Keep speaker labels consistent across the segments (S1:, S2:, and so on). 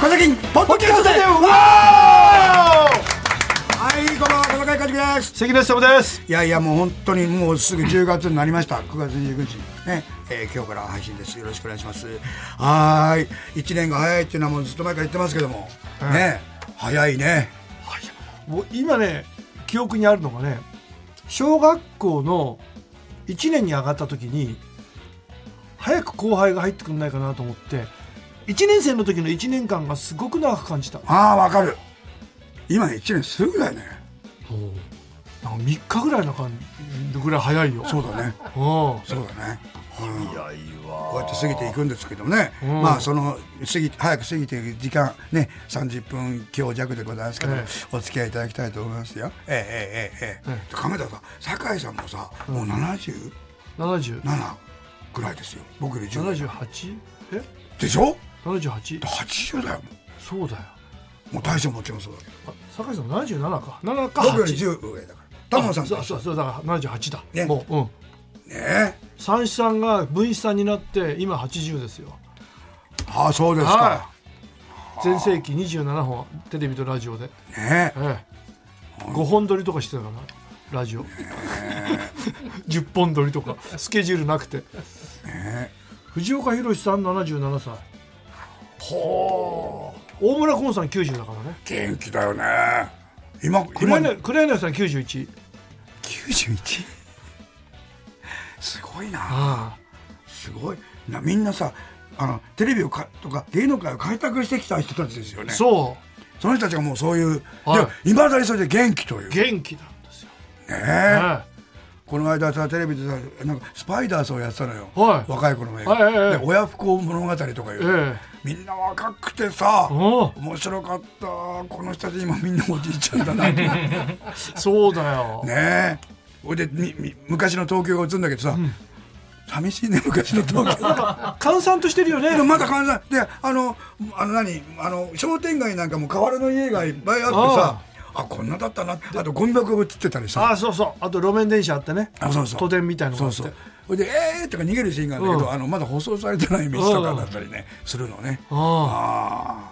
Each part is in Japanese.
S1: ポッドキャストで
S2: わ
S1: はいこんばんは田中一樹です
S2: 関根勤です
S1: いやいやもう本当にもうすぐ10月になりました9月29日ね、えー今日から配信ですよろしくお願いしますはーい1年が早いっていうのはもうずっと前から言ってますけども、ね早いね
S2: もう今ね記憶にあるのがね小学校の1年に上がった時に早く後輩が入ってくんないかなと思って1年生の時の1年間がすごく長く感じた
S1: ああわかる今1年すぐだよね
S2: なんか3日ぐらいな感じぐらい早いよ
S1: そうだね
S2: うん
S1: そうだね、うん
S2: 早いわ
S1: こうやって過ぎていくんですけどもね、
S2: うん
S1: まあその過ぎ早く過ぎていく時間ね30分強弱でございますけど、
S2: え
S1: お付き合いいただきたいと思いますよえええええええ
S2: え
S1: え亀田さん酒井さんもさ、もう77
S2: 7078
S1: ぐらいですよ僕より10
S2: え
S1: でしょ
S2: 78?
S1: 80だよ
S2: そうだよ
S1: もう大将もちろんそうだけど
S2: あ酒井さん77か7か
S1: 僕より
S2: 8
S1: 10上だからタモさんと
S2: そう
S1: 一
S2: そ
S1: 緒
S2: うそうだから78だ、
S1: ね
S2: もううん
S1: ねえ
S2: 三子さんが分子さんになって今80ですよ
S1: ああそうですか、
S2: はい全盛期27本テレビとラジオで、
S1: ねえ
S2: ええ、5本撮りとかしてたからラジオ 10本撮りとかスケジュールなくて藤岡弘さん77歳
S1: ほ
S2: 大村崑さん90だからね
S1: う元気だよね今
S2: 黒
S1: 今
S2: 柳黒柳さん91
S1: 91すごいな
S2: あ
S1: すごいなみんなさあのテレビをかとか芸能界を開拓してきた人たちですよ
S2: あ
S1: ねそ
S2: そ
S1: の人たちがもうそういう、
S2: はい
S1: でいまだにそれで元気という
S2: う
S1: ね
S2: 元気なんですよ、
S1: え
S2: は
S1: この間さテレビでさなんかスパイダースをやってたのよ、
S2: はい
S1: 若い子の映画、
S2: はいはいはい
S1: で親不孝物語とかいう、
S2: ええ
S1: みんな若くてさ
S2: おう
S1: 面白かったこの人たち今みんなおじいちゃんだなと思って
S2: い、そうだよ、
S1: ねえほいでみみ昔の東京が映るんだけどさ、寂しいね昔の東京
S2: 閑散としてるよね
S1: でもまだ換算であのあの何あの商店街なんかも瓦の家がいっぱいあってさあこんなだったなあとゴミ箱が映ってたりさ
S2: ああそうそうあと路面電車あってね
S1: あそうそう
S2: 都電みたいなのが
S1: そ
S2: あ
S1: う
S2: って
S1: そうそれで「えー!」とか逃げるシーンがあるんだけど、
S2: うん
S1: あのまだ舗装されてない道とかだったりねするのね
S2: あ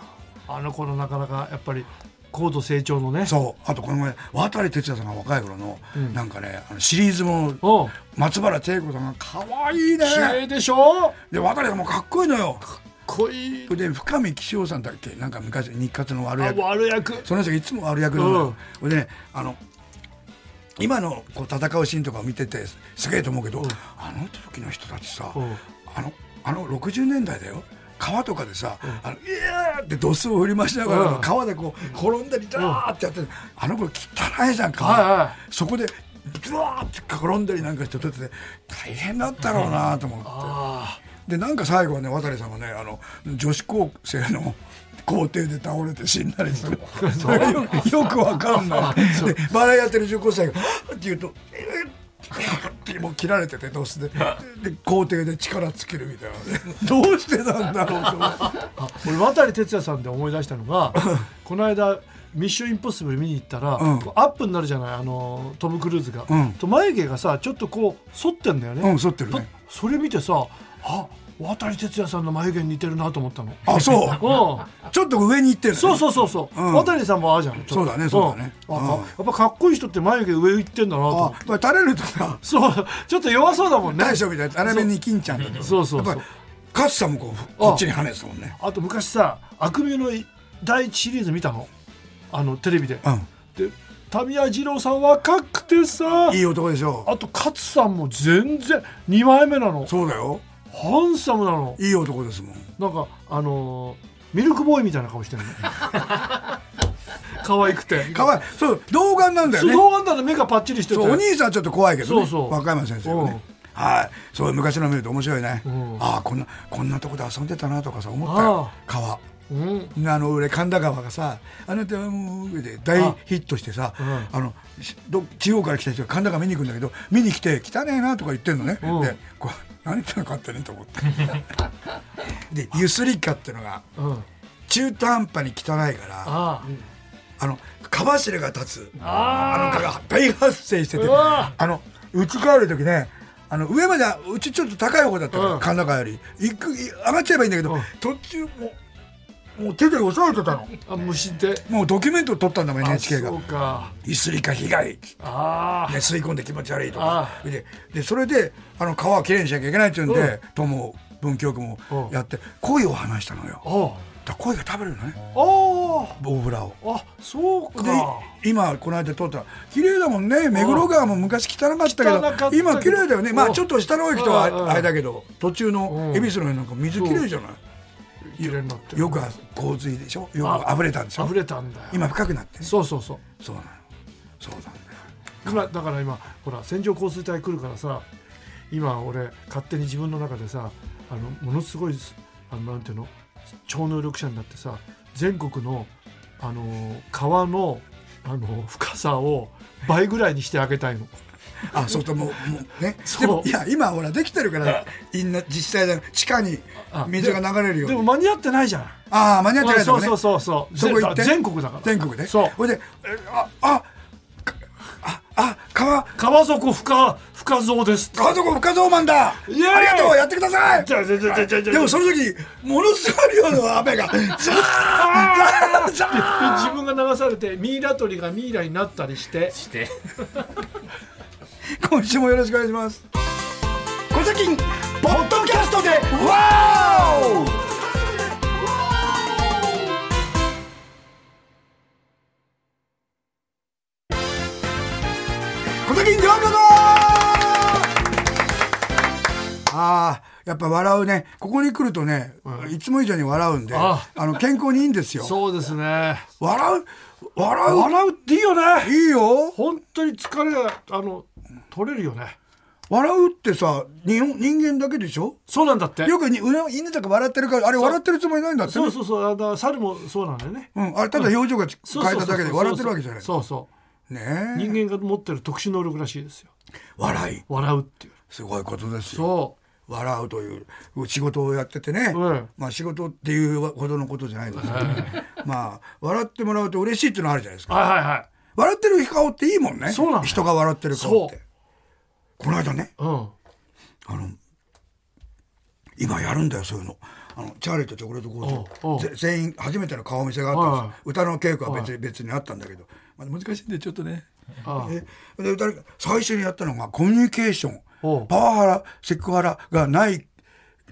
S1: あ
S2: ああの頃なかなかやっぱり高度成長のね
S1: あそうあとこの前渡哲也さんが若い頃の、なんかねあのシリーズも
S2: うん
S1: 松原聖子さんが可愛い
S2: 綺
S1: ね
S2: 麗でしょ
S1: で渡さんもかっこいいのよ
S2: 濃い
S1: で深見紀章さんだっけなんか昔日活の悪い
S2: あ悪役
S1: その人がいつも悪役なのよ、ほいでねあの今のこう戦うシーンとかを見ててすげえと思うけど、あの時の人たちさ、
S2: うん
S1: あのあの60年代だよ川とかでさ、あのイエーってドスを振り回しながら、
S2: うん
S1: 川でこう転んだりダーってやってる、あの頃汚いじゃんか、
S2: はいは
S1: そこでドワーって転んだりなんかして撮ってて大変だったろうなと思って。
S2: あ
S1: でなんか最後はね渡さんがねあの女子高生の校庭で倒れて死んだりするそれがよ よくわかんないでバラエやってる受講生が「って言うと「えっ!」ってもう切られててどうしてで校庭で力尽きるみたいなねどうしてなんだろうと思って
S2: あ俺渡哲也さんで思い出したの がこの間「ミッションインポッシブル」見に行ったら、
S1: うん
S2: こうアップになるじゃないあのトム・クルーズが、
S1: うん
S2: と眉毛がさちょっとこう反ってんだよね、
S1: うん反ってるね
S2: とそれ見てさあ渡哲也さんの眉毛に似てるなと思ったの
S1: あそう
S2: うん
S1: ちょっと上に行ってる、ね、
S2: そうそうそうそう、
S1: うん
S2: 渡さんもああじゃんちょっと
S1: そうだねそうだね
S2: ん
S1: う
S2: あ
S1: ん
S2: かやっぱかっこいい人って眉毛上行ってんだなと思って
S1: あやっぱり垂れるとさ
S2: そうちょっと弱そうだもんね
S1: 大将みたいな垂れ目に金ちゃんだけど
S2: そうそうそ
S1: や
S2: う
S1: っぱり勝さんもこうこっちに跳ねてたもんね
S2: あと昔さ悪名の第一シリーズ見たのあのテレビで、
S1: うん
S2: でタミヤ二郎さん若くてさ
S1: いい男でしょ
S2: あと勝さんも全然2枚目なの
S1: そうだよ
S2: ハンサムなの
S1: いい男ですもん
S2: なんかあのーミルクボーイみたいな顔してるの可愛くて
S1: かわいいそう童顔なんだよ
S2: そう
S1: ね
S2: 童顔なの目がパッチリしてて
S1: そうお兄さんちょっと怖いけどね
S2: そうそう
S1: 若山先生はねはいそういう昔の見ると面白いね
S2: ん
S1: ああこんなこんなとこで遊んでたなとかさ思ったよ
S2: あ
S1: 川
S2: うん
S1: あの俺神田川がさ「あなたはもう」で大ヒットしてさ
S2: うん
S1: あのしど地方から来た人が神田川見に行くんだけど見に来て「汚ねえな」とか言ってんのね
S2: うん
S1: でこう何言ってんのかってねと思ってでゆすりかってのが
S2: うんあ
S1: 中途半端に汚いから
S2: あ
S1: あのかばしれが立つあの
S2: あ
S1: 蚊が大発生してて
S2: うわ
S1: あのうち帰る時ねあの上までうちちょっと高い方だったから、
S2: うん
S1: 神田川より行くい上がっちゃえばいいんだけど、
S2: うん
S1: 途中もうもう手で押さえてたの
S2: あ虫で
S1: もうドキュメント撮ったんだもん NHK
S2: あそ
S1: が
S2: うか
S1: 「イスイカ被害」
S2: あ
S1: ね、吸い込んで気持ち悪いとか
S2: あ
S1: ででそれであの川はきれいにしなきゃいけないっていうん
S2: うん
S1: で友文京区もやって鯉を話したのよ
S2: ああ
S1: だから鯉が食べるのね
S2: ああ
S1: ボウフラを。
S2: ああそう
S1: で
S2: か
S1: 今この間通ったら綺麗だもんね目黒川も昔汚かったけ
S2: 汚かったけ
S1: ど
S2: ど
S1: 今綺麗だよねま
S2: う
S1: あ
S2: ん
S1: ちょっと下の方行くと
S2: うんうん
S1: はあれだけど途中の
S2: うん
S1: 恵比寿の辺なんか水綺麗じゃない
S2: 綺麗になってる
S1: よくは洪水でしょよく
S2: あ
S1: あふれたんでしょ
S2: 溢れたんだよ
S1: 今深くなってね
S2: そうそうそう
S1: そうなのそうなんだよ
S2: 今だから今ほら線状降水帯来るからさ今俺勝手に自分の中でさあのものすごいあのなんていうの超能力者になってさ全国のあの川のあの深さを倍ぐらいにしてあげたいの。
S1: あそうともうもうね
S2: そう
S1: でもいや今ほらできてるからみんな自治体だ地下に
S2: あ
S1: 水が流れるよ
S2: で
S1: う
S2: も
S1: に
S2: 間に合ってないじゃん。
S1: ああ間に合ってないと
S2: そ
S1: こ
S2: う
S1: ね
S2: そうそうそう。
S1: そこ行って
S2: 全全国だから。
S1: 全国で
S2: そう。
S1: ほいでえああかああ川
S2: 川底深深造ですって。
S1: 川底深造マンだあ
S2: イ
S1: り
S2: エーイ
S1: がとうやってください
S2: じゃじゃじゃじゃじゃじゃ
S1: でもその時ものすごい量の雨がザーザーザ
S2: で
S1: ー
S2: 自分が流されてミイラ取りがミイラになったりして。
S3: して
S1: 今週もよろしくお願いします小崎ポッドキャストでワオ小崎ようこそあーやっぱ笑うねここに来るとね、いつも以上に笑うんであ
S2: あ
S1: の健康にいいんですよ
S2: そうですね。
S1: 笑う笑う
S2: 笑うっていいよね
S1: いいよ
S2: 本当に疲れがあの取れるよね
S1: 笑うってさ日本人間だけでしょ
S2: そうなんだって
S1: よくにうな犬とか笑ってるからあれ笑ってるつもりないんだってね
S2: そうそうそうあの猿もそうなんだよね
S1: うん、あれただ表情がち
S2: そう
S1: 変
S2: そう
S1: え
S2: そう
S1: ただけで笑ってるわけじゃない
S2: そうそう
S1: ねえ
S2: 人間が持ってる特殊能力らしいですよ
S1: 笑い
S2: 笑うっていう
S1: すごいことですよ
S2: そ
S1: 笑うという仕事をやっててね、
S2: うん
S1: まあ仕事っていうほどのことじゃないですけど、ねまあ笑ってもらうと嬉しいっていうのはあるじゃないです
S2: う
S1: か
S2: はいはいは
S1: 笑ってる顔っていいもんね
S2: そうなの
S1: 人が笑ってる顔って
S2: そう
S1: この間ね
S2: いうん
S1: あの今やるんだよそういうのあのチャーリーとチョコレート工
S2: おうおう
S1: 場ぜ全員初めての顔見せがあったんですよ歌の稽古は別
S2: は
S1: に別にあったんだけど、まあ、難しいんでちょっとね
S2: あ
S1: えで歌が最初にやったのがコミュニケーション
S2: おう
S1: パワハラセクハラがない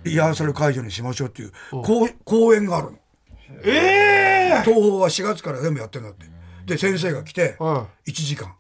S1: リハーサル会場にしましょうっていうこう公演があるの
S2: ええ
S1: 東宝は4月から全部やってるんだってで先生が来て1
S2: は
S1: 時間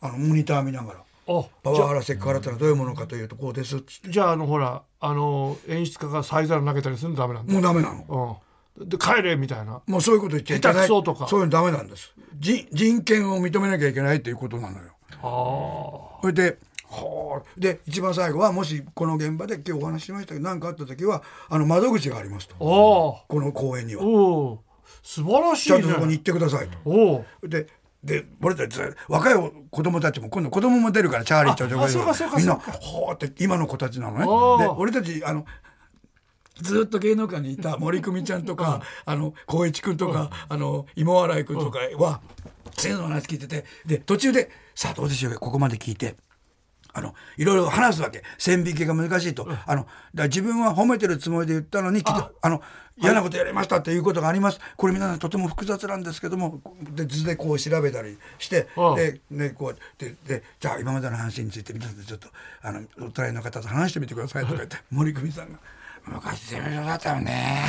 S1: あのモニター見ながら
S2: あ
S1: パワハラセクハラってのはどういうものかというとこうですっつって
S2: じゃああのほらあの演出家がサイザル投げたりするのダメなんだ
S1: もうダメなの
S2: うんで帰れみたいな
S1: もうそういうこと言っちゃいけ
S2: 下手
S1: な
S2: く
S1: い
S2: そとか
S1: そういうのダメなんです人人権を認めなきゃいけないっていうことなのよ
S2: あ
S1: それでほーで一番最後はもしこの現場で今日お話ししましたけど何かあった時はあの窓口がありますと
S2: あお
S1: この公園には
S2: お素晴らしい
S1: ちゃ
S2: ね
S1: んとそこに行ってくださいと。
S2: おう
S1: でで俺たち若い子供たちも今度子供も出るからチャーリーとジョコ
S2: あそうかそうか
S1: みんな
S2: そうか
S1: ほーって今の子たちなの
S2: あー
S1: ねで俺たちあのずっと芸能界にいた森久美ちゃんとかあの光一君とかあの芋洗君とかは先生の話聞いててで途中で「さあどうでしょうかここまで聞いて」あのいろいろ話すわけ線引きが難しいと、あのだから自分は褒めてるつもりで言ったのにきっとあの嫌なことやりましたっていうことがありますこれ皆さんとても複雑なんですけどもで図でこう調べたりして
S2: ああ
S1: で,、ね、こうででじゃあ今までの話について皆さんちょっとあのお互いの方と話してみてくださいとか言って森久美さんが「昔事務所だったよね」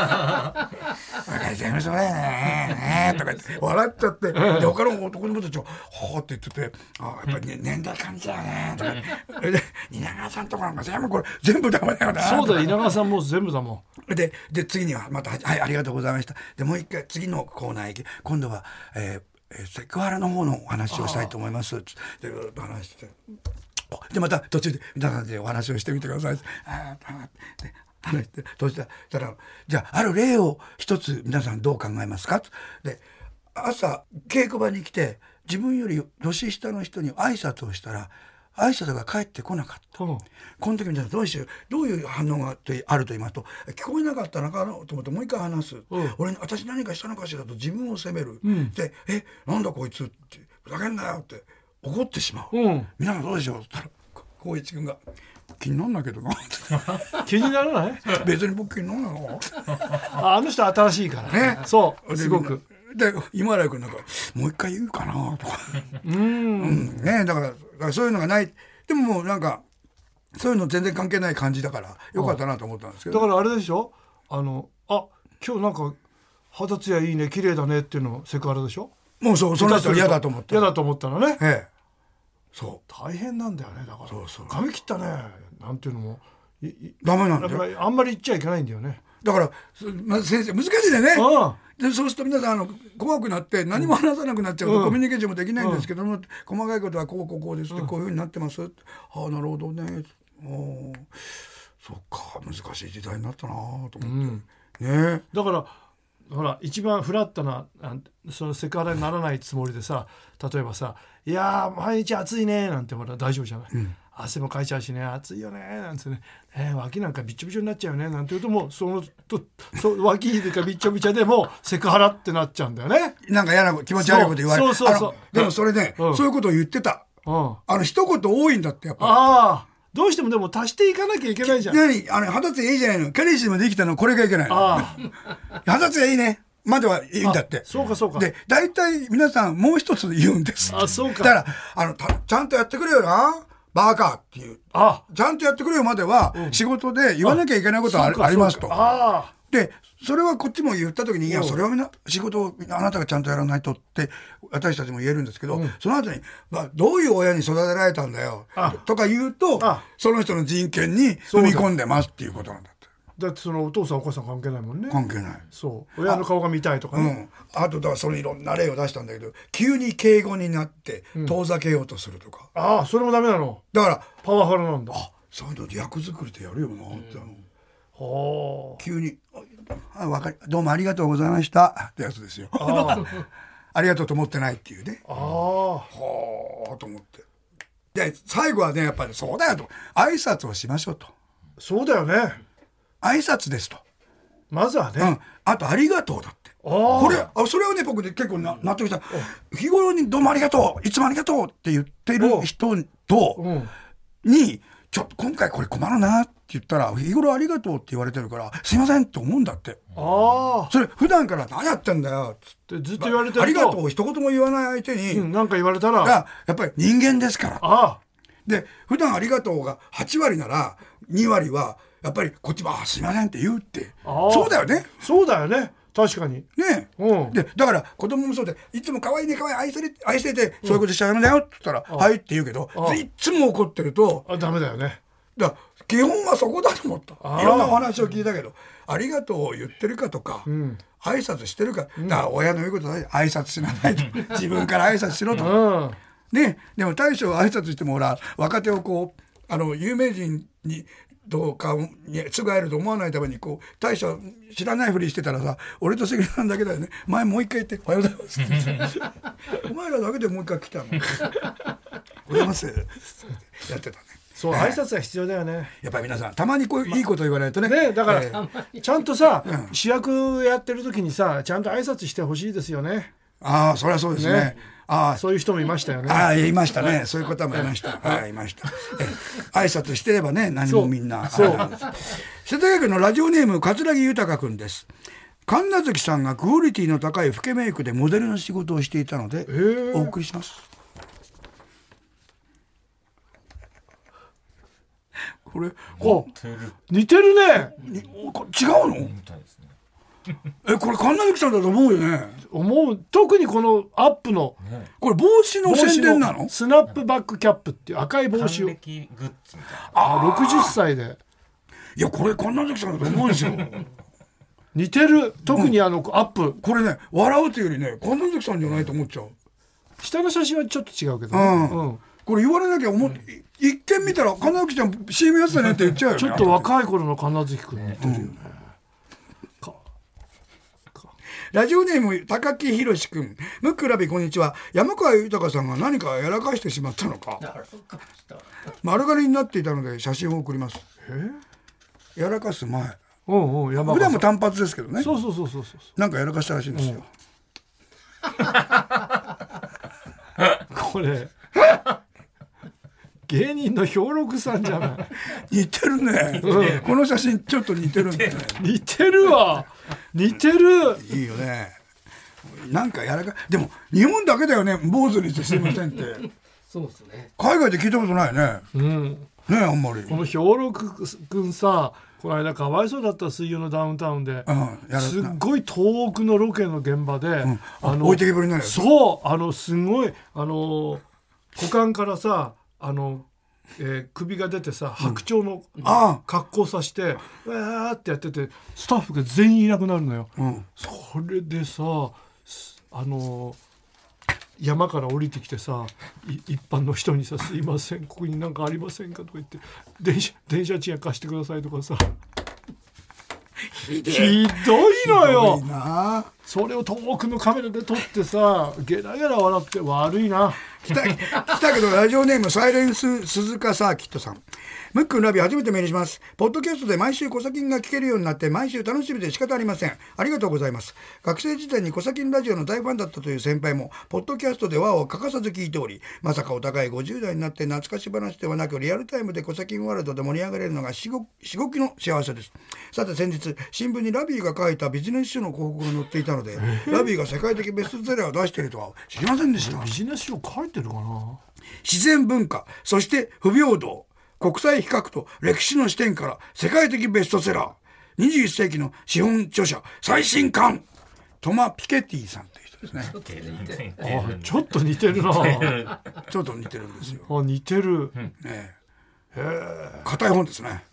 S1: 若い事務所だよねねとか言って笑っちゃってで他の男の子たちは「ほー」って言ってて「あーやっぱり、ね、年代感じだよね」とかそれで「稲川さんとかなんか全部これ全部ダメだよな」
S2: そう
S1: と
S2: だよ稲川さんもう全部だもん
S1: かでで次にはまた「はいありがとうございました」でもう一回次のコーナーへ行き今度は、えーえーセクハラの方のお話をしたいと思いますつってで話しててでまた途中で皆さんでお話をしてみてください。あーあーで話して途中でたらじゃあある例を一つ皆さんどう考えますかとで朝稽古場に来て自分より年下の人に挨拶をしたら挨拶が返ってこなかった。
S2: うん
S1: この時皆さんどうしようどういう反応がとあると言いますと聞こえなかったのかなと思ってもう一回話す、
S2: うん
S1: 俺私何かしたのかしらと自分を責める、
S2: ん
S1: で「えなんだこいつ」って「ふざけんなよ」って怒ってしまう、
S2: うん
S1: 皆さんどうでしょうって言ったらこ光一君が「気になんないけ どな
S2: 気にならない
S1: 別に僕気になんないの
S2: ああの人新しいから
S1: ね
S2: そうすごく
S1: で今田君なんかもう一回言うかなと か、
S2: う
S1: うんん、ねだからだからそういうのがないでももうなんかそういうの全然関係ない感じだからよかったなと思ったんですけ
S2: だ
S1: ど
S2: からあれでしょあのあ今日なんか肌ツヤいいね綺麗だねっていうのもセクハラでしょ
S1: もうそうその人は嫌だと思った
S2: 嫌だと思ったらね
S1: ええそ
S2: 大変なんだよねだから
S1: そうそう
S2: 髪切ったねなんていうのもいいう
S1: ダメなん
S2: や
S1: だ
S2: っぱ
S1: よ
S2: りあんまり言っちゃいけないんだよね
S1: だから、すまあ、先生難しいでね
S2: あ
S1: でそうすると皆さんあの怖くなって何も話さなくなっちゃうと、
S2: うん
S1: コミュニケーションもできないんですけども、細かいことはこうこうこうですって、こういうふうになってますってああなるほどねおそっか難しい時代になったなと
S2: あう
S1: 思って、
S2: ん
S1: ね
S2: だからほら一番フラットなあそのセクハラにならないつもりでさ例えばさ「いやー毎日暑いね」なんてほら大丈夫じゃない、汗もかいちゃうしね暑いよねなんつってね、えー脇なんかびっちょびちょになっちゃうよねなんて言うともうそのとそう脇がびっちょびちょでもうセクハラってなっちゃうんだよね。
S1: なんか嫌なこと気持ち悪いこと言われる
S2: そうそうそう
S1: あのでもそれね、
S2: うん
S1: そういうことを言ってた
S2: うん、あ
S1: あの一言多いんだってやっぱ
S2: あどうしてもでも足していかなきゃいけないじゃん。
S1: り何あの肌つやいいじゃないの彼氏でもできたのこれがいけないの
S2: あ
S1: 肌つやいいねまではいい
S2: あ
S1: んだって
S2: そうかそうか。
S1: で大体皆さんもう一つ言うんです
S2: あそうか
S1: だからあのたちゃんとやってくれよなバカっていう
S2: あ
S1: ちゃんとやってくれよまでは仕事で言わなきゃいけないことはあ
S2: そう
S1: り
S2: か
S1: あります
S2: そう
S1: と
S2: かああ
S1: でそれはこっちも言った時に「いや
S2: うん
S1: それはみんな仕事をみんなあなたがちゃんとやらないと」って私たちも言えるんですけど、その後に、まあ「どういう親に育てられたんだよ
S2: あ」
S1: とか言うと
S2: あ
S1: その人の人権に踏み込んでますっていうことなんだって
S2: だってそのお父さんお母さん関係ないもんね。
S1: 関係ない。
S2: そう親の顔が見たいとか
S1: う
S2: ね。
S1: ん、あとだからそのいろんな例を出したんだけど急に敬語になって遠ざけようとするとか、
S2: ああそれもダメなの
S1: だから
S2: パワハラなんだあ
S1: そういうの役作りでやるよなって、あの
S2: あ
S1: 急に「あわかりどうもありがとうございました」ってやつですよ。
S2: あ
S1: ありがとうと思ってないっていうね。
S2: あ
S1: はあと思って。で最後はねやっぱりそうだよと挨拶をしましょうと
S2: そうだよね
S1: 挨拶ですと、
S2: まずはね、
S1: うん、あと「ありがとう」だって。
S2: ああ
S1: これあそれをね僕ね結構な納得した日頃に「どうもありがとういつもありがとう」って言ってる人
S2: う
S1: と
S2: ん
S1: に「ちょっと今回これ困るな」って言ったら「日頃ありがとう」って言われてるから「すいません」って思うんだって
S2: ああ
S1: それ普段から「何やってんだよ」つって
S2: ってずっと言われて
S1: あり
S2: る
S1: がとう
S2: と
S1: を一言も言わない相手に、
S2: うんなんか言われたらあ
S1: がやっぱり人間ですから
S2: あ
S1: で普段ありがとうが8割なら2割はやっぱりこっちも「あすいません」って言うって
S2: ああ
S1: そうだよね
S2: そうだよね確かに
S1: ね
S2: うん
S1: でだから子供もそうでいつも可愛いね可愛い愛され愛しててそういうことしちゃダメだよって言ったら「はい」って言うけど
S2: ああ
S1: いっつも怒ってると
S2: あダメだよね
S1: だから基本はそこだと思った
S2: ああ
S1: いろんなお話を聞いたけど「ありがとう」を言ってるかとか、
S2: ん
S1: 挨拶してるかだから親の言うことだけ挨拶しなさいと自分から挨拶しろと。
S2: うん
S1: ね、でも大将は挨拶してもほら若手をこうあの有名人にどうかにすぐ会えると思わないためにこう大将知らないふりしてたらさ俺と関根さんだけだよね前もう一回言って「おはようございます」って言ってお前らだけでもう一回来たの「おはようございます」やってたね
S2: そう挨拶が必要だよね
S1: やっぱり皆さんたまにこういいこと言わないとね,、
S2: ねだから、
S1: えー
S2: ちゃんとさ、主役やってる時にさちゃんと挨拶してほしいですよね
S1: ああそりゃそうですね
S2: ね
S1: ああ
S2: そういう人もいましたよね
S1: ああいましたね、そういう方もいました、はい、いました。え挨拶してればね、何もみんな。
S2: そう
S1: あれなんです世田谷区のラジオネーム桂木豊君です。神奈月さんがクオリティの高い老けメイクでモデルの仕事をしていたので
S2: ー、
S1: お送りします。これ、
S2: お
S3: てる
S2: 似てるね
S1: にこ違うの。
S3: みたいですね。
S1: え、これ神奈月さんだと思うよね。
S2: 思う特にこのアップの
S1: これ帽子の
S2: 帽子
S1: 宣伝なの。
S2: スナップバックキャップっていう赤い帽子
S3: 還
S2: を
S3: 暦グッズみたいな。
S2: あ60歳で
S1: いや、これ神奈月さんだと思うんですよ。
S2: 似てる特にあのアップ
S1: これね、笑うというよりね、神奈月さんじゃないと思っちゃう。
S2: 下の写真はちょっと違うけど、ね
S1: うん
S2: うん
S1: これ言われなきゃ思っ、い一見見たら金崎ちゃん CM やってたねって言っちゃうよ、ね、
S2: ちょっと若い頃の金月君に似てるよねか
S1: ラジオネーム高木宏くんむくらびこんにちは山川豊さんが何かやらかしてしまったのか丸刈りになっていたので写真を送りますやらかす前
S2: うんうん山
S1: 普段
S2: 川
S1: も単発ですけどね
S2: そうそうそうそうそう
S1: なんかやらかしたらしいんですよ、
S2: これ芸人の兵六さんじゃない
S1: 似てるね、
S2: うん
S1: この写真ちょっと似てるんだよね
S2: 似てるわ似てる
S1: いいよねなんかやらかでも日本だけだよね坊主にしてすいませんって
S3: そうですね。
S1: 海外で聞いたことないね
S2: うん
S1: ねあんまり
S2: この兵六くんさこの間かわいそうだった水曜のダウンタウンで
S1: うんやら
S2: すっごい遠くのロケの現場で、
S1: あ置いてけぼりになるよ
S2: そうあのすごいあの股間からさあの、えー首が出てさ白鳥の
S1: あ
S2: 格好さして、うわーってやっててスタッフが全員いなくなるのよ。
S1: あうん
S2: それでさすあの山から降りてきてさい一般の人にさ「すいませんここになんかありませんか?」とか言って「電車電車賃貸してください」とかさひどいのよ
S1: いいな
S2: それを遠くのカメラで撮ってさゲラゲラ笑って悪いな
S1: 来た来たけどラジオネームサイレンス鈴鹿サーキットさんムックンラビ初めてメールしますポッドキャストで毎週コサキンが聞けるようになって毎週楽しみで仕方ありませんありがとうございます学生時代にコサキンラジオの大ファンだったという先輩もポッドキャストで和を欠かさず聞いておりまさかお互い50代になって懐かし話ではなくリアルタイムでコサキンワールドで盛り上がれるのが至極至極の幸せですさて先日新聞にラビーが書いたビジネス書の広告が載っていたのでラビーが世界的ベストセラーを出しているとは知りませんでした
S2: ビジネス書書いてるかな
S1: 自然文化そして不平等国際比較と歴史の視点から世界的ベストセラー21世紀の資本著者最新刊トマ・ピケティさんという人ですね
S2: あちょっと似てるなあ
S1: ちょっと似てるんですよ
S2: 似てる
S1: ねえ硬い本ですね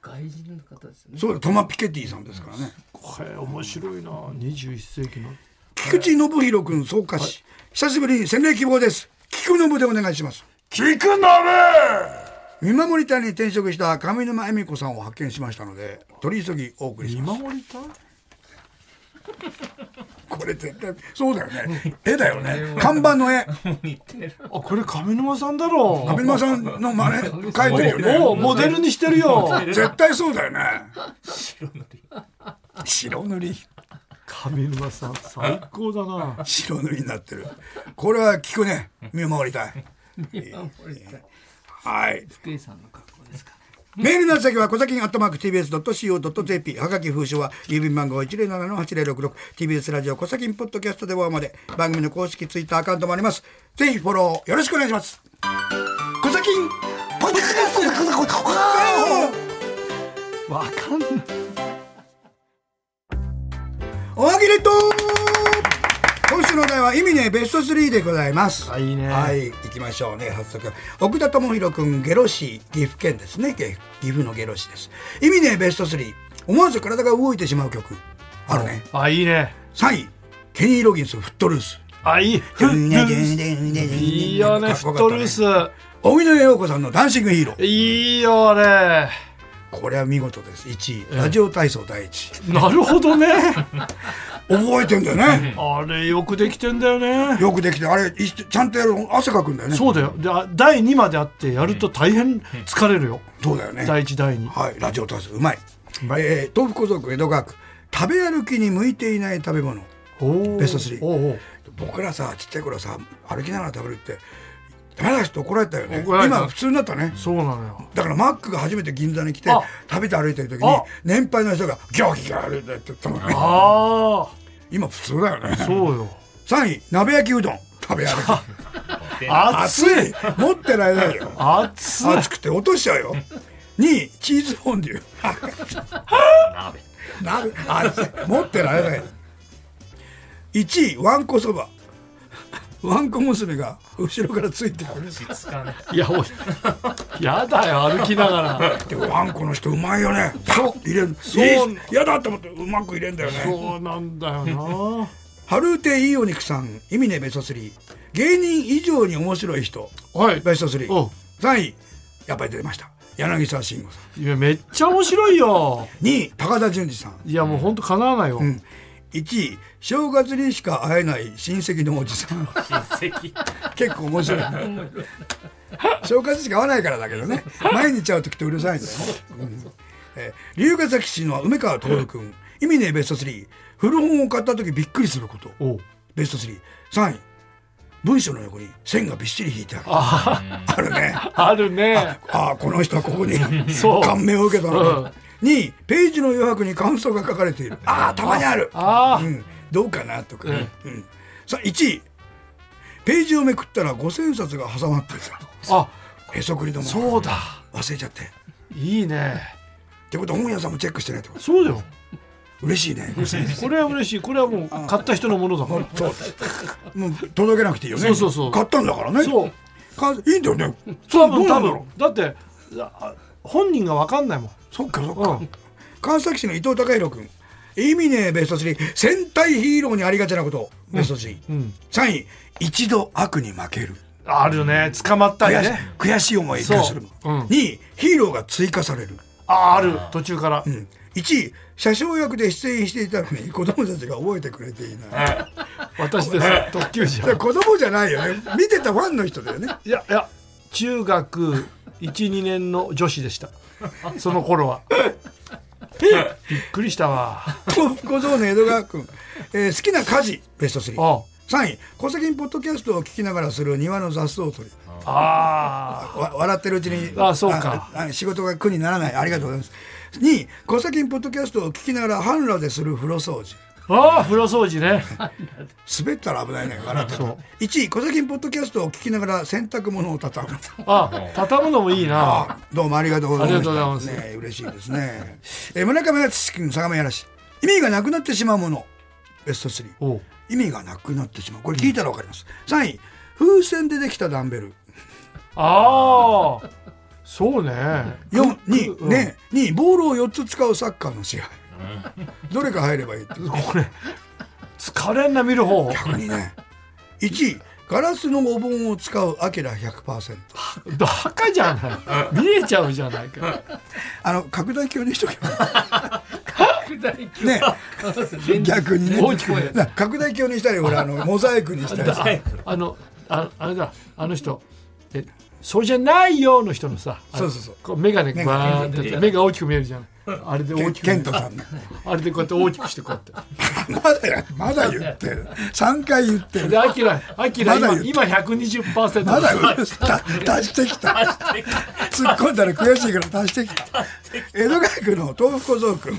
S3: 外人の方ですよね。
S1: そうだトマ・ピケティさんですからね
S2: これ面白いな21世紀の
S1: 菊池信弘君総括し久しぶりに洗礼希望です菊信でお願いします
S2: 聞くな
S1: 見守り隊に転職した上沼恵美子さんを発見しましたので取り急ぎお送りし
S2: 見
S1: ます
S2: 守りた
S1: これ絶対そうだよね絵だよね看板の絵
S2: あこれ上沼さんだろ
S1: 上沼さんの真似変えてる
S2: お
S1: よ
S2: お
S1: ね
S2: モデルにしてるよ
S1: 絶対そうだよね白塗り
S2: 上沼さん最高だ な
S1: 白塗り白塗りになってるこれは聞くね見守り たい
S3: 今これ
S1: はい
S3: 福井さんの格好ですか。
S1: メールの宛先は、小崎アットマーク TBS.CO.JP。はがき封書は、郵便番号 107-8066TBS ラジオ小崎ポッドキャストではまで、番組の公式ツイッターアカウントもあります。ぜひフォローよろしくお願いします。小崎ポッドキャストで小崎
S2: わかんない
S1: おはぎれと今週のお題は意味ねベスト3でございます
S2: あいいね
S1: はい行きましょうね早速奥田智弘君ゲロ市岐阜県ですね岐岐阜のゲロ市です意味ねベスト3思わず体が動いてしまう曲あるね
S2: あいいね
S1: 3位ケニー・ロギンスフットルース
S2: あいいフットルースいいよね
S1: かっ
S2: フ
S1: こよ
S2: ッ
S1: か
S2: ト
S1: った
S2: ル
S1: ね
S2: ース
S1: 荻野陽子さんのダンシングヒーロー
S2: いいよね
S1: これは見事です1位ラジオ体操第1
S2: なるほどね
S1: 覚えてんだよね
S2: あれよくできてんだよね
S1: よくできてあれいちゃんとやる汗かくんだよね
S2: そうだよであ第2まであってやると大変疲れるよ
S1: そうだよね
S2: 第1第2
S1: はい、ラジオ体操うまい。えー、豆腐小僧江戸川区食べ歩きに向いていない食べ物。
S2: おお
S1: ベストスリー
S2: おうおう
S1: 僕らさちっちゃい頃さ歩きながら食べるってダメだよって怒られたよね。
S2: 怒られた
S1: 今普通になったね。
S2: そうなのよ
S1: だからマックが初めて銀座に来て
S2: あ
S1: 食べて歩いてる時に
S2: あ
S1: 年配の人がギョギョ歩いてって言ったのね。
S2: あ
S1: 今普通だよ
S2: あ
S1: ね。
S2: そうよ
S1: 3位鍋焼きうどん食べ歩き。
S2: 熱
S1: 熱い持ってられないよ。
S2: 熱い
S1: 熱くて落としち ゃうよ。2位チーズフォンデュ。
S4: 鍋
S1: なるあ持ってられない1位わんこそばわんこ娘が後ろからついてくる
S4: 質感ね
S2: いや、おい、やだよ、歩きながら。
S1: でもわんこの人うまいよねパッ入れる
S2: そう
S1: いいやだと思ってうまく入れんだよね
S2: そうなんだよな。
S1: 春亭いいお肉さん意味ねベスト3芸人以上に面白い人
S2: はい、
S1: ベスト3
S2: お
S1: 3位やっぱり出てました柳沢慎吾さ
S2: いや、めっちゃ面白いよ。
S1: ん2位高田純次さん
S2: いや、もう本当かなわないよ。
S1: ん1位正月にしか会えない親戚のおじさん
S4: 親戚
S1: 結構面白い正月しか合わないからだけどね毎日会う時ってうるさいんだよ、うんえー龍ヶ崎市の梅川徹君意味ねえベスト3古本を買った時びっくりすること
S2: おう
S1: ベスト33位文章の横に線がびっしり引いてあるあるね
S2: あるね
S1: ああこの人はここに
S2: そう
S1: 感銘を受けたの
S2: うん
S1: ね、にページの余白に感想が書かれているああたまにある
S2: あー
S1: うん、どうかなとか、うんさあ1位ページをめくったら五千冊が挟まってる
S2: あ
S1: へそくりども
S2: そうだ
S1: 忘れちゃってっ
S2: いいね
S1: てことは本屋さんもチェックしてないってこ
S2: そうだよ
S1: と嬉しいね
S2: これは嬉しいこれはもう買った人のものだから
S1: そうもう届けなくていいよね
S2: そうそうそう
S1: 買ったんだからね
S2: そう
S1: かいいんだよね
S2: 多
S1: どう
S2: 分
S1: な
S2: 多
S1: んだ
S2: 分
S1: ろ
S2: だってあ本人が分かんないもん
S1: そっかそっか、
S2: うん
S1: 川崎市の伊藤孝弘君意味ねえベスト3戦隊ヒーローにありがちなことベスト3、
S2: うん
S1: 3位一度悪に負ける
S2: あるよね捕まったり
S1: 悔し,、
S2: ね
S1: 悔しい思い一回するの、
S2: そううん
S1: 2位ヒーローが追加される、
S2: あある途中から
S1: うん、1位車掌役で出演していたのに子供たちが覚えてくれていない
S2: 私です特急
S1: だから
S2: 車
S1: 子供じゃないよね見てたファンの人だよね
S2: いやいや中学12年の女子でしたその頃はびっくりしたわあ
S1: 小僧の江戸川君、えー好きな家事ベスト3
S2: あ
S1: 3位小関にポッドキャストを聞きながらする庭の雑草取り
S2: あ
S1: わ笑ってるうちに
S2: あそうか
S1: ああ仕事が苦にならないありがとうございます2位小関ポッドキャストを聞きながら半裸でする風呂掃除
S2: ーあー風呂掃除ね
S1: 滑ったら危ないね笑ってた
S2: そう
S1: 1位小関ポッドキャストを聞きながら洗濯物を畳む
S2: あ畳むのもいいな
S1: あどうもありがとうございま
S2: ありがとうございます
S1: すね嬉しいですね、えー、村上敦君相模原市意味がなくなってしまうものベスト3
S2: おう
S1: 意味がなくなってしまうこれ聞いたらわかります、3位風船でできたダンベル
S2: ああそうね
S1: 4に、
S2: うん
S1: ねにボールを4つ使うサッカーの試合どれか入ればいいっていう
S2: これ疲れんな見る方
S1: 逆にね1位ガラスのお盆を使うアキラ100%
S2: バカじゃない見えちゃうじゃないか
S1: あの拡大鏡にしとけば
S3: 拡大機
S1: ね逆にね
S2: 大きくね
S1: な拡大鏡にしたり俺あのモザイクにしたりさ
S2: あのああれだあの人えそうじゃないよの人のさあの
S1: そうそうそう
S2: こう眼鏡
S1: ね
S2: バーンってやって目が大きく見えるじゃないあれで
S1: ケ
S2: 大
S1: ン
S2: きく見
S1: ケ
S2: える
S1: ントさん の
S2: あれでこうやって大きくしてこうやっ
S1: まだやまだ言ってる3回言って
S2: て
S1: る
S2: でアキラアキラ
S1: まだ言
S2: 今
S1: う
S2: 今120%
S1: まだ言ってる た足してきた突っ込んだら悔しいから足してきた江戸川区の豆腐小僧君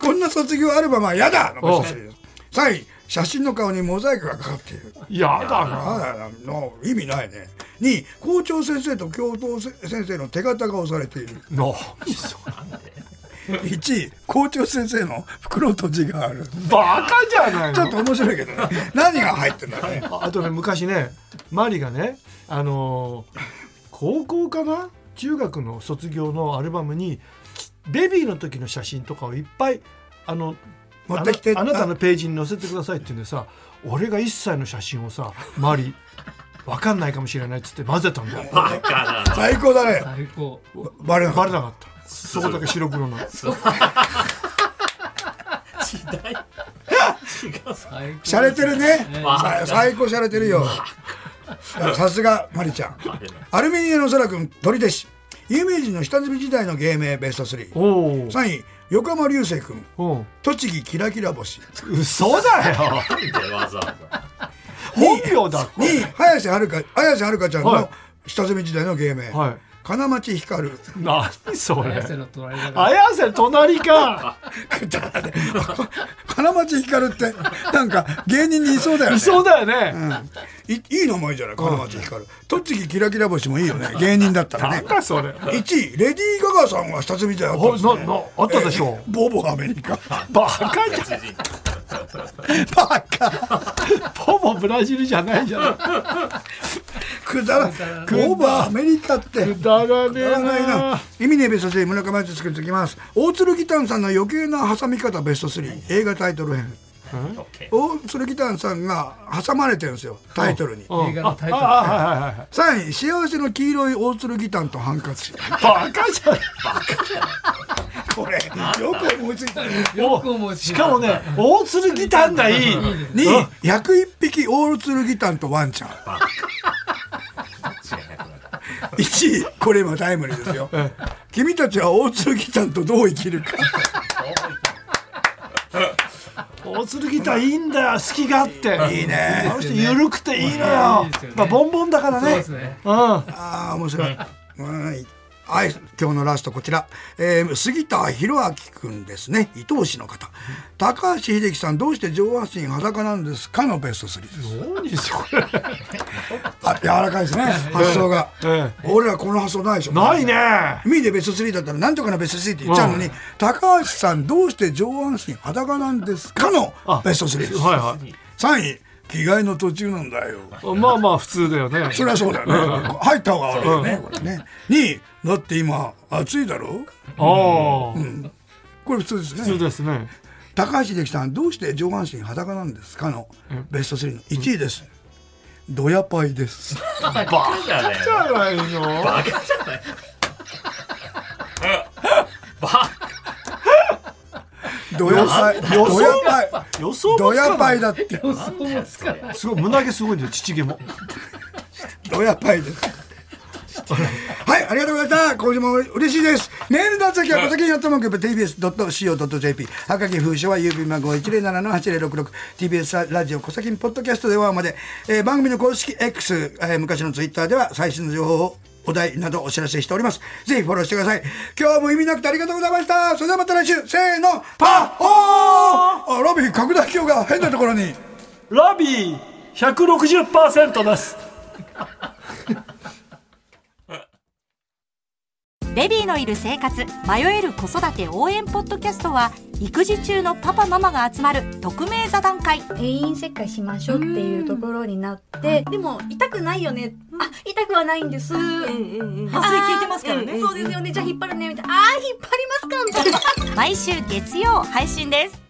S1: こんな卒業アルバムは嫌だの
S2: おう
S1: 3位写真の顔にモザイクがかかっている
S2: やだな
S1: あらの意味ないね。に校長先生と教頭せ先生の手形が押されてい る。
S2: の
S1: 1位校長先生の袋とじがある。
S2: バカじゃない
S1: ちょっ
S2: の
S1: と面白いけどね。何が入ってんだろうね。
S2: ああとね昔ねマリがねあのー高校かな中学の卒業のアルバムにベビーの時の写真とかをいっぱいあの
S1: 持ってきて
S2: あなあなたのページに載せてくださいって言うんでさ俺が一切の写真をさマリわかんないかもしれないっつって混ぜたんだよ
S4: バカだ
S1: 最高だね。
S3: 最高
S1: バレなか
S2: バ
S1: っ
S2: レなかったそこだけ白黒なの
S4: 時代違う
S3: 最高
S1: た。しゃれてるね。
S4: バ
S1: さ最高しゃれてるよ。さすがマリちゃん。アルミニアの空くん鳥弟子。有名人の下積み時代の芸名ベスト3。
S2: おう
S1: 3位横浜流星君。
S2: おう
S1: 栃木キラキラ星。
S2: 嘘だよ
S4: なんでわざわざ
S2: 本名だって
S1: に早瀬はるか綾瀬はるかちゃん
S2: はい
S1: の下積み時代の芸名、
S2: は
S1: 金町ひかる
S2: い何それ
S3: 綾瀬の捉え方
S2: 綾瀬隣か
S1: 金町ひかるってなんか芸人にいそうだよね
S2: いそうだよね
S1: いいい名前じゃない金町ひかる栃木キラキラ星もいいよね芸人だったら
S2: な
S1: ね
S2: んだそれ あ
S1: 1位レディー・ガガさんは下積み時代あったんです
S2: な
S1: ね
S2: なあったでしょ
S1: ボボアメリカ
S2: バカじゃん
S1: バカ
S2: ほぼブラジルじゃないじゃない
S1: くだらボボアメリカって
S2: くだらね
S1: くだらな
S2: え
S1: いな
S2: な
S1: 意味ねえベスト3村上敦作ってきます大鶴ギタンさんの余計な挟み方ベスト3映画タイトル編
S4: オッケー
S1: 大鶴ギタンさんが挟まれてるんですよタイトルに
S2: うん
S3: 映画のタイトル
S2: ああはいはいはいはい
S1: 3位幸せの黄色い大鶴ギタンとハンカチ
S2: バカじゃない
S1: これよく思いついたね
S3: よく思いつい
S2: したかもね大鶴ギターがいい
S1: に101匹大鶴ギタンとワンちゃん1位これ今タイムリーですよ君たちは大鶴ギタンとどう生きるか
S2: 大剣隊いいんだよ好きがあって
S1: いいね
S2: あの人緩くていいのよ
S3: いいですよね
S2: まあボンボンだから
S3: そうで
S2: ね
S3: すね。
S2: うんは
S1: ああ面白い。はい。はい、今日のラストこちら、えー杉田博明君ですね伊藤氏の方高橋英樹さんどうして上半身裸なんですかのベスト3です
S2: 何それ
S1: あ柔らかいですね発想が、
S2: え
S1: 俺らこの発想ないでしょ
S2: ないね
S1: 意味でベスト3だったらなんとかのベスト3って言っちゃうのに、高橋さんどうして上半身裸なんですかの
S2: あ
S1: ベスト3です、
S2: はいはい
S1: 3位着替えの途中なん だよ
S2: まあまあ普通だよね
S1: それはそうだよね入った方が悪いよねこれね2位だって今暑いだろ
S2: ああ
S1: これ普通です
S2: 普
S1: ね
S2: 通ですね
S1: 高橋英樹さんどうして上半身裸なんですかのベスト3の1位です、ドヤパイ です
S4: バカじゃねえの
S2: ないの
S4: バカじゃないバ
S1: ドヤパイ
S2: 予想
S1: ドヤパイ
S2: 予想も
S1: ド
S2: つか
S1: ヤ
S2: な
S1: パ
S2: い
S1: イだって
S3: 予想もつかない。
S2: すごい胸毛すごいんだよ父毛も
S1: ドヤパイです。はい、ありがとうございました。今週も嬉しいです。メールの続は小崎やともく tbs.co.jp。赤木風書は郵便番号 107-8066TBS ラジオ小崎ポッドキャストではまで、えー番組の公式 X、えー昔のツイッターでは最新の情報をお題などお知らせしております。ぜひフォローしてください。今日も意味なくてありがとうございました。それではまた来週、せーの、パオーあ、ロビー拡大鏡が変なところに。
S2: ラビー160%です
S5: ベビーのいる生活迷える子育て応援ポッドキャストは育児中のパパママが集まる匿名座談会
S6: 遠因切開しましょうっていうところになって、でも痛くないよね、あ痛くはないんです、
S5: 麻酔効いてますからね
S6: あーうんそうですよねじゃあ引っ張るねみたいなあー引っ張りますかみたいな
S5: 毎週月曜配信です